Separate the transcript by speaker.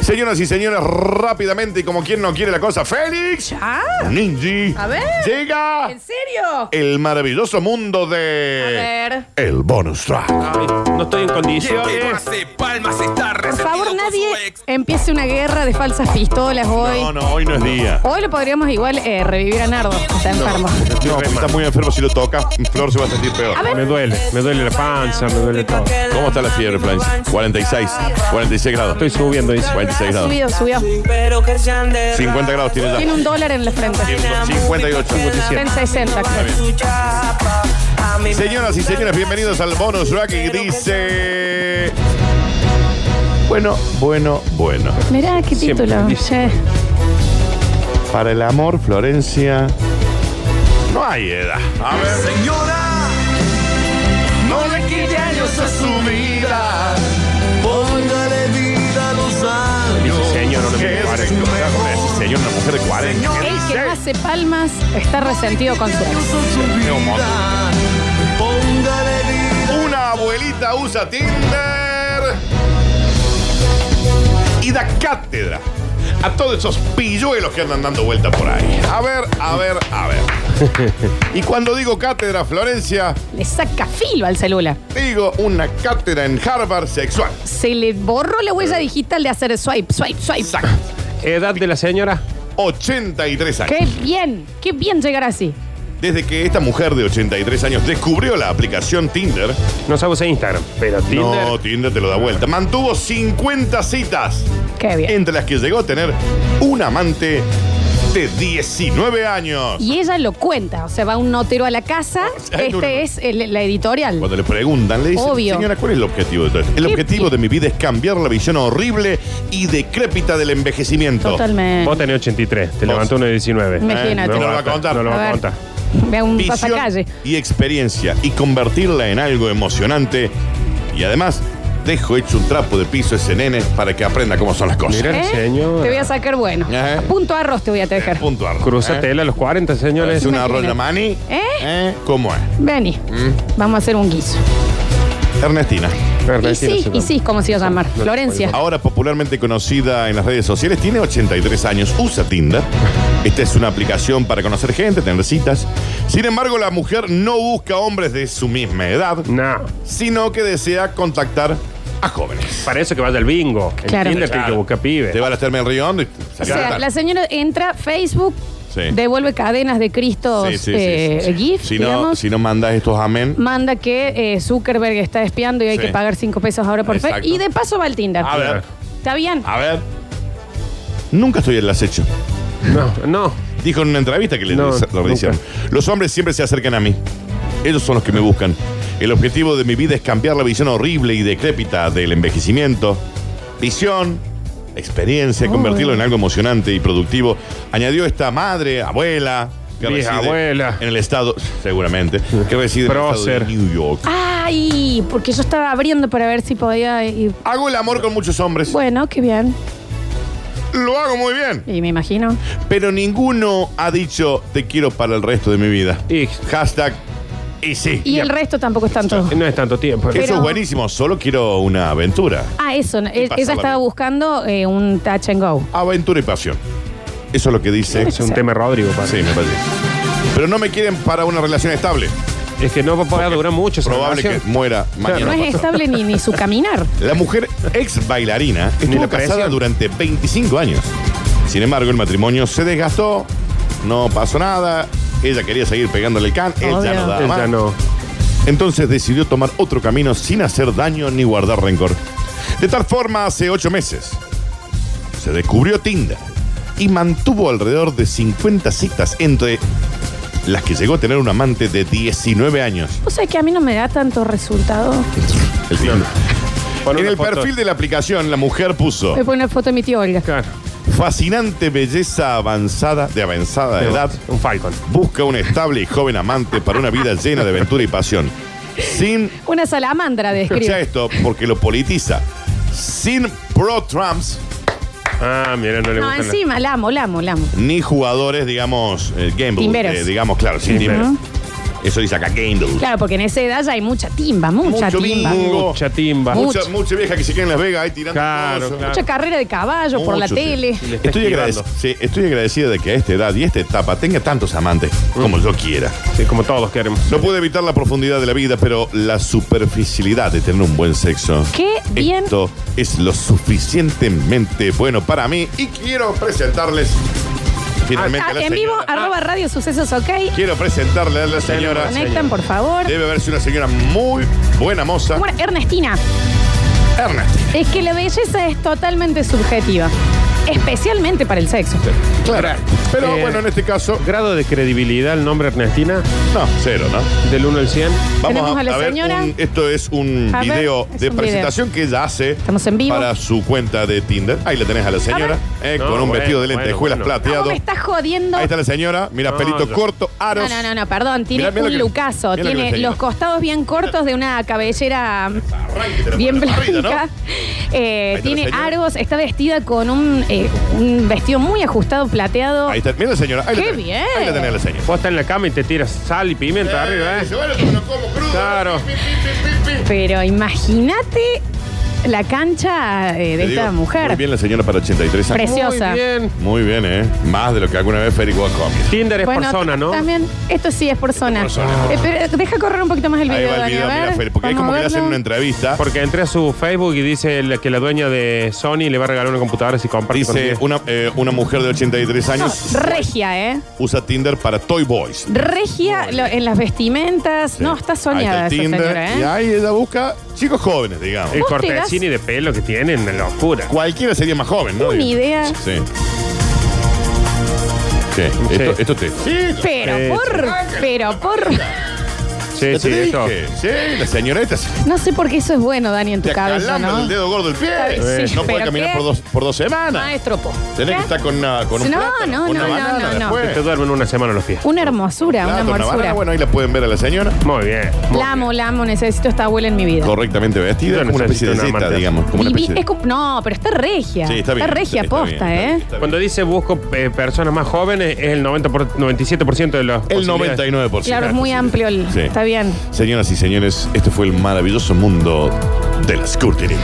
Speaker 1: Señoras y señores, rápidamente y como quien no quiere la cosa, Félix
Speaker 2: ¿Ya?
Speaker 1: Ninji.
Speaker 2: A ver.
Speaker 1: Llega
Speaker 2: ¿Ah? ¿En serio?
Speaker 1: el maravilloso mundo
Speaker 2: A
Speaker 1: de.
Speaker 2: ver.
Speaker 1: El bonus track.
Speaker 3: Ay, no estoy en condiciones.
Speaker 2: Por favor, nadie empiece una guerra de falsas pistolas hoy.
Speaker 1: No, no, hoy no es día.
Speaker 2: Hoy lo podríamos igual eh, revivir a Nardo, que está enfermo.
Speaker 1: No, está muy enfermo. Si lo toca, Flor se va a sentir peor.
Speaker 2: A ver.
Speaker 3: Me duele, me duele la panza, me duele todo.
Speaker 1: ¿Cómo está la fiebre, Flans? 46, 46 grados.
Speaker 3: Estoy subiendo, dice.
Speaker 1: 46 grados.
Speaker 2: Subido, subió.
Speaker 1: 50 grados tiene ya.
Speaker 2: Tiene un dólar en la frente.
Speaker 1: Tiene 58, 57.
Speaker 2: Está en 60. creo.
Speaker 1: Señoras y señores, bienvenidos al bonus track que dice. Bueno, bueno, bueno.
Speaker 2: Mirá qué
Speaker 3: Siempre
Speaker 2: título.
Speaker 3: dice.
Speaker 2: che.
Speaker 1: Para el amor, Florencia. No hay edad. A ver. Señora, no le quite años a su vida.
Speaker 4: Póngale vida a los años.
Speaker 3: Dice señor, no
Speaker 1: ¿Qué
Speaker 3: me
Speaker 1: es,
Speaker 3: parece.
Speaker 1: señor? Señor, una mujer de 40. ¿Qué
Speaker 2: El que
Speaker 1: dice?
Speaker 2: no hace palmas está resentido con su ex.
Speaker 4: Son su
Speaker 1: Qué humor.
Speaker 4: vida. Póngale vida.
Speaker 1: Una abuelita usa Tinder y da cátedra a todos esos pilluelos que andan dando vuelta por ahí. A ver, a ver, a ver. Y cuando digo cátedra, Florencia,
Speaker 2: Le saca filo al celular.
Speaker 1: digo una cátedra en Harvard sexual.
Speaker 2: Se le borró la huella digital de hacer swipe, swipe, swipe.
Speaker 1: Exacto.
Speaker 3: Edad de la señora.
Speaker 1: 83 años.
Speaker 2: Qué bien, qué bien llegar así.
Speaker 1: Desde que esta mujer de 83 años descubrió la aplicación Tinder,
Speaker 3: No sabe usar Instagram, pero Tinder.
Speaker 1: no, Tinder te lo da vuelta, mantuvo 50 citas.
Speaker 2: Qué bien.
Speaker 1: entre las que llegó a tener un amante de 19 años.
Speaker 2: Y ella lo cuenta, o sea, va un notero a la casa.
Speaker 1: Ay, no, no.
Speaker 2: Este es el- la editorial.
Speaker 1: Cuando le preguntan, le dicen,
Speaker 2: Obvio.
Speaker 1: señora, ¿cuál es el objetivo de todo esto? El
Speaker 2: ¿Qué
Speaker 1: objetivo
Speaker 2: pi-
Speaker 1: de mi vida es cambiar la visión horrible y decrépita del envejecimiento.
Speaker 2: Totalmente.
Speaker 3: Vos tenés 83, te
Speaker 1: Vos.
Speaker 3: levantó uno de 19.
Speaker 2: Imagínate.
Speaker 1: No lo va a
Speaker 3: basta,
Speaker 1: contar.
Speaker 3: No lo
Speaker 2: A
Speaker 3: va a
Speaker 2: ver.
Speaker 3: contar.
Speaker 2: Ve a un
Speaker 1: Visión
Speaker 2: pasacalle.
Speaker 1: y experiencia y convertirla en algo emocionante. Y además, dejo hecho un trapo de piso a ese nene para que aprenda cómo son las cosas.
Speaker 3: Mirá. Pero, señora.
Speaker 2: ¿Eh? Te voy a sacar bueno.
Speaker 1: Ajá.
Speaker 2: Punto arroz te voy a dejar.
Speaker 1: Punto arroz. ¿Eh?
Speaker 3: Cruzatela a los 40,
Speaker 1: ¿Es
Speaker 3: señores.
Speaker 1: una
Speaker 2: Imagínate.
Speaker 1: rolla mani?
Speaker 2: ¿Eh?
Speaker 1: ¿Eh? ¿Cómo es?
Speaker 2: Vení,
Speaker 1: Mm.
Speaker 2: vamos a hacer un guiso.
Speaker 1: Ernestina.
Speaker 2: Y
Speaker 3: Ernestina
Speaker 2: sí,
Speaker 3: se
Speaker 2: y
Speaker 3: llama.
Speaker 2: sí, ¿cómo se iba a llamar?
Speaker 3: No,
Speaker 2: Florencia.
Speaker 1: Ahora popularmente conocida en las redes sociales, tiene 83 años, usa Tinder. Esta es una aplicación para conocer gente, tener citas. Sin embargo, la mujer no busca hombres de su misma edad,
Speaker 3: No,
Speaker 1: sino que desea contactar a jóvenes.
Speaker 3: para eso que vaya al bingo. En
Speaker 2: Claro.
Speaker 3: Tinder tiene que
Speaker 1: Claro.
Speaker 3: buscar pibe.
Speaker 1: Te va a estar en Río Hondo y
Speaker 2: O
Speaker 1: sacar
Speaker 2: sea,
Speaker 1: tal.
Speaker 2: la señora entra Facebook,
Speaker 1: Sí.
Speaker 2: devuelve cadenas de Cristo
Speaker 1: Sí, sí, sí,
Speaker 2: eh,
Speaker 1: sí, sí.
Speaker 2: GIF,
Speaker 1: si no,
Speaker 2: digamos. Mm.
Speaker 1: si no mandas estos amén.
Speaker 2: Manda que eh, Zuckerberg está espiando y hay
Speaker 1: Sí.
Speaker 2: que pagar cinco pesos ahora por Facebook.
Speaker 1: Exacto.
Speaker 2: Y de paso va al Tinder.
Speaker 1: A ver,
Speaker 2: ¿Está bien?
Speaker 1: a ver. Nunca estoy en el acecho.
Speaker 3: No, no.
Speaker 1: Dijo en una entrevista que le
Speaker 3: No,
Speaker 1: lo dicen. Los hombres siempre se acercan a mí. Ellos son los que me buscan. El objetivo de mi vida es cambiar la visión horrible y decrépita del envejecimiento. Visión, experiencia,
Speaker 2: Oh,
Speaker 1: convertirlo en
Speaker 2: bueno.
Speaker 1: algo emocionante y productivo. Añadió esta madre, abuela. que
Speaker 3: Vieja
Speaker 1: reside
Speaker 3: abuela.
Speaker 1: En el estado, seguramente, que reside en el estado de
Speaker 3: Prócer.
Speaker 1: New York.
Speaker 2: Ay, porque yo estaba abriendo para ver si podía ir.
Speaker 1: Hago el amor con muchos hombres.
Speaker 2: Bueno, qué bien.
Speaker 1: Lo hago muy bien.
Speaker 2: Y me imagino.
Speaker 1: Pero ninguno ha dicho te quiero para el resto de mi vida.
Speaker 3: Y-
Speaker 1: Hashtag y sí.
Speaker 2: Y el resto tampoco es tanto.
Speaker 3: No es tanto tiempo.
Speaker 2: Pero-
Speaker 1: Eso es buenísimo, solo quiero una aventura.
Speaker 2: Ah, eso. no, Ella
Speaker 1: pasarla
Speaker 2: estaba
Speaker 1: bien.
Speaker 2: buscando eh, un touch and go.
Speaker 1: Aventura y pasión. Eso es lo que dice.
Speaker 3: Es un tema de Rodrigo, para.
Speaker 1: Sí, me parece. Pero no me quieren para una relación estable.
Speaker 3: Es que no va a poder durar mucho. esa
Speaker 1: Probable que
Speaker 3: relación.
Speaker 1: muera
Speaker 2: No
Speaker 1: mañana.
Speaker 2: es
Speaker 1: pasado.
Speaker 2: estable ni, ni su caminar.
Speaker 1: La mujer ex bailarina
Speaker 3: Ni
Speaker 1: estuvo
Speaker 3: la presión.
Speaker 1: casada durante 25 años. Sin embargo, el matrimonio se desgastó, no pasó nada. Ella quería seguir pegándole el can, él ya
Speaker 2: Obvio.
Speaker 1: no daba
Speaker 3: Él
Speaker 1: más.
Speaker 3: ya no.
Speaker 1: Entonces decidió tomar otro camino sin hacer daño ni guardar rencor. De tal forma, hace ocho meses se descubrió Tinder y mantuvo alrededor de 50 citas entre las que llegó a tener un amante de 19 años.
Speaker 2: O sea que a mí no me da tanto resultado.
Speaker 1: El Tinder.
Speaker 3: Pon
Speaker 1: En
Speaker 3: una
Speaker 1: el
Speaker 3: foto.
Speaker 1: perfil de la aplicación, la mujer puso
Speaker 2: Voy a poner foto de mi tío Olga.
Speaker 3: Claro.
Speaker 1: fascinante belleza avanzada de avanzada edad.
Speaker 3: Un Falcon.
Speaker 1: Busca un estable y joven amante para una vida llena de aventura y pasión. Sin
Speaker 2: Una salamandra
Speaker 1: Escucha
Speaker 2: describe. Ah,
Speaker 1: esto porque lo politiza. Sin pro Trumps
Speaker 3: Ah, mira, no le
Speaker 2: No,
Speaker 3: gusta.
Speaker 2: encima, la amo, la amo, la amo.
Speaker 1: ni jugadores, digamos, eh, gamble,
Speaker 2: Timberos.
Speaker 1: eh, digamos, claro, sin
Speaker 3: Timberos.
Speaker 1: timberos. Eso dice acá Kendall.
Speaker 2: Claro, porque en esa edad ya hay mucha timba, mucha
Speaker 1: Mucho
Speaker 2: timba.
Speaker 1: bingo.
Speaker 3: Mucha timba.
Speaker 2: Mucho.
Speaker 1: Mucha, mucha vieja que se queda en Las Vegas ahí tirando.
Speaker 3: Claro,
Speaker 1: cosas.
Speaker 3: claro.
Speaker 2: Mucha carrera de caballo por la
Speaker 1: Mucho, sí.
Speaker 2: tele.
Speaker 3: Y le está
Speaker 1: Estoy,
Speaker 3: esquivando.
Speaker 1: agradec- sí, estoy agradecido de que a esta edad y esta etapa tenga tantos amantes como yo quiera.
Speaker 3: Sí, como todos queremos.
Speaker 1: No pude evitar la profundidad de la vida, pero la superficialidad de tener un buen sexo.
Speaker 2: Qué bien.
Speaker 1: Esto es lo suficientemente bueno para mí y quiero presentarles finalmente
Speaker 2: Ah,
Speaker 1: a la
Speaker 2: en vivo,
Speaker 1: señora.
Speaker 2: arroba radio sucesos, ok.
Speaker 1: Quiero presentarle a la señora.
Speaker 2: Conectan, por favor.
Speaker 1: Debe verse una señora muy buena moza.
Speaker 2: Bueno, Ernestina,
Speaker 1: Ernest.
Speaker 2: es que la belleza es totalmente subjetiva, especialmente para el sexo. Ah,
Speaker 1: Claro. Pero
Speaker 3: Eh,
Speaker 1: bueno, en este caso,
Speaker 3: Grado de credibilidad el nombre Ernestina,
Speaker 1: no, cero, ¿no?
Speaker 3: del 1 al 100.
Speaker 1: Vamos
Speaker 2: Tenemos
Speaker 1: a,
Speaker 2: a la
Speaker 1: ver,
Speaker 2: señora.
Speaker 1: un- esto es un
Speaker 2: A ver,
Speaker 1: video
Speaker 2: es
Speaker 1: de
Speaker 2: un
Speaker 1: presentación que ella hace
Speaker 2: Estamos en vivo.
Speaker 1: para su cuenta de Tinder. Ahí la tenés a la señora, eh,
Speaker 3: No,
Speaker 1: con un
Speaker 3: bueno,
Speaker 1: vestido de
Speaker 3: bueno,
Speaker 1: lentejuelas
Speaker 3: bueno.
Speaker 2: ¿Cómo
Speaker 1: plateado.
Speaker 2: me estás jodiendo?
Speaker 1: Ahí está la señora, mira,
Speaker 3: No,
Speaker 1: pelito
Speaker 3: yo-
Speaker 1: corto,
Speaker 2: No,
Speaker 1: aros.
Speaker 2: no, no, no, perdón, tiene
Speaker 1: Mirá, mirá lo
Speaker 2: un
Speaker 1: que-
Speaker 2: lucazo,
Speaker 1: mirá lo que le
Speaker 2: tiene
Speaker 1: enseño.
Speaker 2: los costados bien cortos de una cabellera mm,
Speaker 1: Arranque,
Speaker 2: bien
Speaker 1: te la pongo en la barriga,
Speaker 2: blanca,
Speaker 1: ¿no?
Speaker 2: Eh,
Speaker 1: Ahí está
Speaker 2: tiene
Speaker 1: la señora.
Speaker 2: argos, está vestida con un, eh, un vestido muy ajustado, plateado.
Speaker 1: Ahí está, mira la señora. Ahí la
Speaker 2: Qué
Speaker 1: tenés.
Speaker 2: bien.
Speaker 1: Ahí la tenés a la señora.
Speaker 3: Vos estás en la cama y te tiras sal y pimienta arriba,
Speaker 1: Dice,
Speaker 3: ¿eh?
Speaker 1: bueno, pero lo como crudo.
Speaker 3: Claro.
Speaker 1: Pi, pi, pi, pi, pi.
Speaker 2: Pero imagínate la cancha eh, de
Speaker 1: Te
Speaker 2: esta
Speaker 1: digo,
Speaker 2: mujer.
Speaker 1: Muy bien la señora para 83 años.
Speaker 2: Preciosa.
Speaker 3: Muy bien.
Speaker 1: Muy bien, ¿eh? Más de lo que alguna vez Federico ha comido.
Speaker 3: Tinder es
Speaker 2: Bueno,
Speaker 3: persona, ¿no?
Speaker 2: También, esto sí es persona.
Speaker 1: Esto es persona.
Speaker 2: Eh, pero deja correr un poquito más el
Speaker 1: Ahí
Speaker 2: video,
Speaker 1: va el
Speaker 2: Dani,
Speaker 1: video,
Speaker 2: a
Speaker 1: mira,
Speaker 2: ver.
Speaker 1: Fede, porque ahí
Speaker 2: Vamos
Speaker 1: como
Speaker 2: a
Speaker 1: que le hacen
Speaker 2: verlo.
Speaker 1: una entrevista.
Speaker 3: Porque entré a su Facebook y dice la- que la dueña de Sony le va a regalar una computadora si comparte con
Speaker 1: Dice
Speaker 3: ella.
Speaker 1: una, eh, una mujer de 83
Speaker 2: No,
Speaker 1: años
Speaker 2: regia, ¿eh.
Speaker 1: usa Tinder para Toy Boys.
Speaker 2: Regia lo- en las vestimentas. No, está soñada
Speaker 1: Ahí está el
Speaker 2: esa
Speaker 1: Tinder,
Speaker 2: señora, ¿eh?
Speaker 1: Y ahí ella busca chicos jóvenes, digamos.
Speaker 3: El
Speaker 2: vos te das-
Speaker 3: cortesini de pelo que tienen, una locura.
Speaker 1: Cualquiera sería más joven, ¿no?
Speaker 2: Una
Speaker 1: Digo.
Speaker 2: idea.
Speaker 1: Sí. Sí, Esto, esto te. Sí,
Speaker 2: Pero
Speaker 3: Sí,
Speaker 2: por. Pero por.
Speaker 3: Sí,
Speaker 1: ya
Speaker 3: sí,
Speaker 1: te
Speaker 3: esto.
Speaker 1: dije. Sí, la señorita se
Speaker 2: No sé por qué eso es bueno, Dani, en tu
Speaker 1: te
Speaker 2: cabeza,
Speaker 1: acalambra
Speaker 2: ¿no?
Speaker 1: el dedo gordo del pie.
Speaker 2: Está bien, sí,
Speaker 1: no puede
Speaker 2: pero
Speaker 1: caminar
Speaker 2: ¿qué?
Speaker 1: por dos, por dos semanas.
Speaker 2: Maestro Po.
Speaker 1: Tenés que estar con una, con un
Speaker 2: No,
Speaker 1: plátano,
Speaker 2: no,
Speaker 1: con
Speaker 2: no,
Speaker 1: una
Speaker 2: no,
Speaker 1: banana
Speaker 2: no, no.
Speaker 1: después.
Speaker 3: Te duermen una semana los pies.
Speaker 2: Una hermosura,
Speaker 1: Plato,
Speaker 2: una
Speaker 1: una banana,
Speaker 2: hermosura.
Speaker 1: bueno, ahí la pueden ver a la señora.
Speaker 3: Muy bien. muy
Speaker 2: La amo,
Speaker 3: bien.
Speaker 2: la amo, necesito esta abuela en mi vida.
Speaker 1: Correctamente vestida,
Speaker 3: Yo
Speaker 1: como una especie
Speaker 3: necesito
Speaker 1: de cita,
Speaker 3: una amante.
Speaker 1: digamos. Como una
Speaker 2: Viví-
Speaker 1: especie de-
Speaker 2: es como- no, pero está regia.
Speaker 1: Sí, está bien.
Speaker 2: regia
Speaker 1: está bien,
Speaker 2: posta,
Speaker 1: está bien,
Speaker 2: ¿eh?
Speaker 1: está bien.
Speaker 3: Cuando dice busco eh, personas más jóvenes, es el 90 por- 97% de los.
Speaker 1: El 99%.
Speaker 2: Claro, es muy amplio el.
Speaker 1: Sí.
Speaker 2: Está bien.
Speaker 1: Señoras y señores, este fue el maravilloso mundo de las curtinis.